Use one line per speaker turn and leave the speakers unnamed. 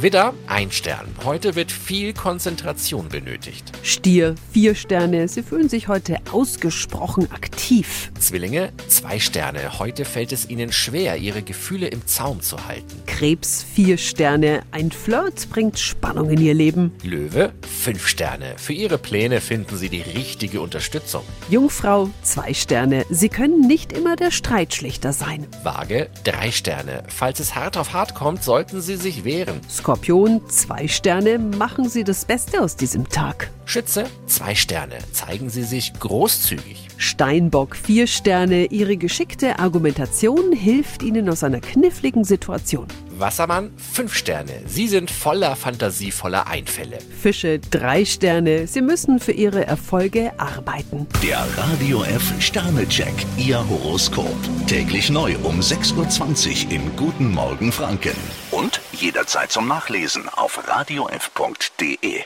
Widder, ein Stern. Heute wird viel Konzentration benötigt.
Stier, vier Sterne. Sie fühlen sich heute ausgesprochen aktiv.
Zwillinge, zwei Sterne. Heute fällt es Ihnen schwer, Ihre Gefühle im Zaum zu halten.
Krebs, vier Sterne. Ein Flirt bringt Spannung in ihr Leben.
Löwe, fünf Sterne. Für Ihre Pläne finden Sie die richtige Unterstützung.
Jungfrau, zwei Sterne. Sie können nicht immer der Streitschlichter sein.
Waage, drei Sterne. Falls es hart auf hart kommt, sollten Sie sich wehren.
Skorpion, zwei Sterne. Machen Sie das Beste aus diesem Tag.
Schütze, zwei Sterne. Zeigen Sie sich großzügig.
Steinbock, vier Sterne. Ihre geschickte Argumentation hilft Ihnen aus einer kniffligen Situation.
Wassermann, fünf Sterne. Sie sind voller Fantasie, voller Einfälle.
Fische, drei Sterne. Sie müssen für Ihre Erfolge arbeiten.
Der Radio F Sternecheck. Ihr Horoskop. Täglich neu um 6.20 Uhr im Guten Morgen Franken. Und jederzeit zum Nachlesen auf radiof.de.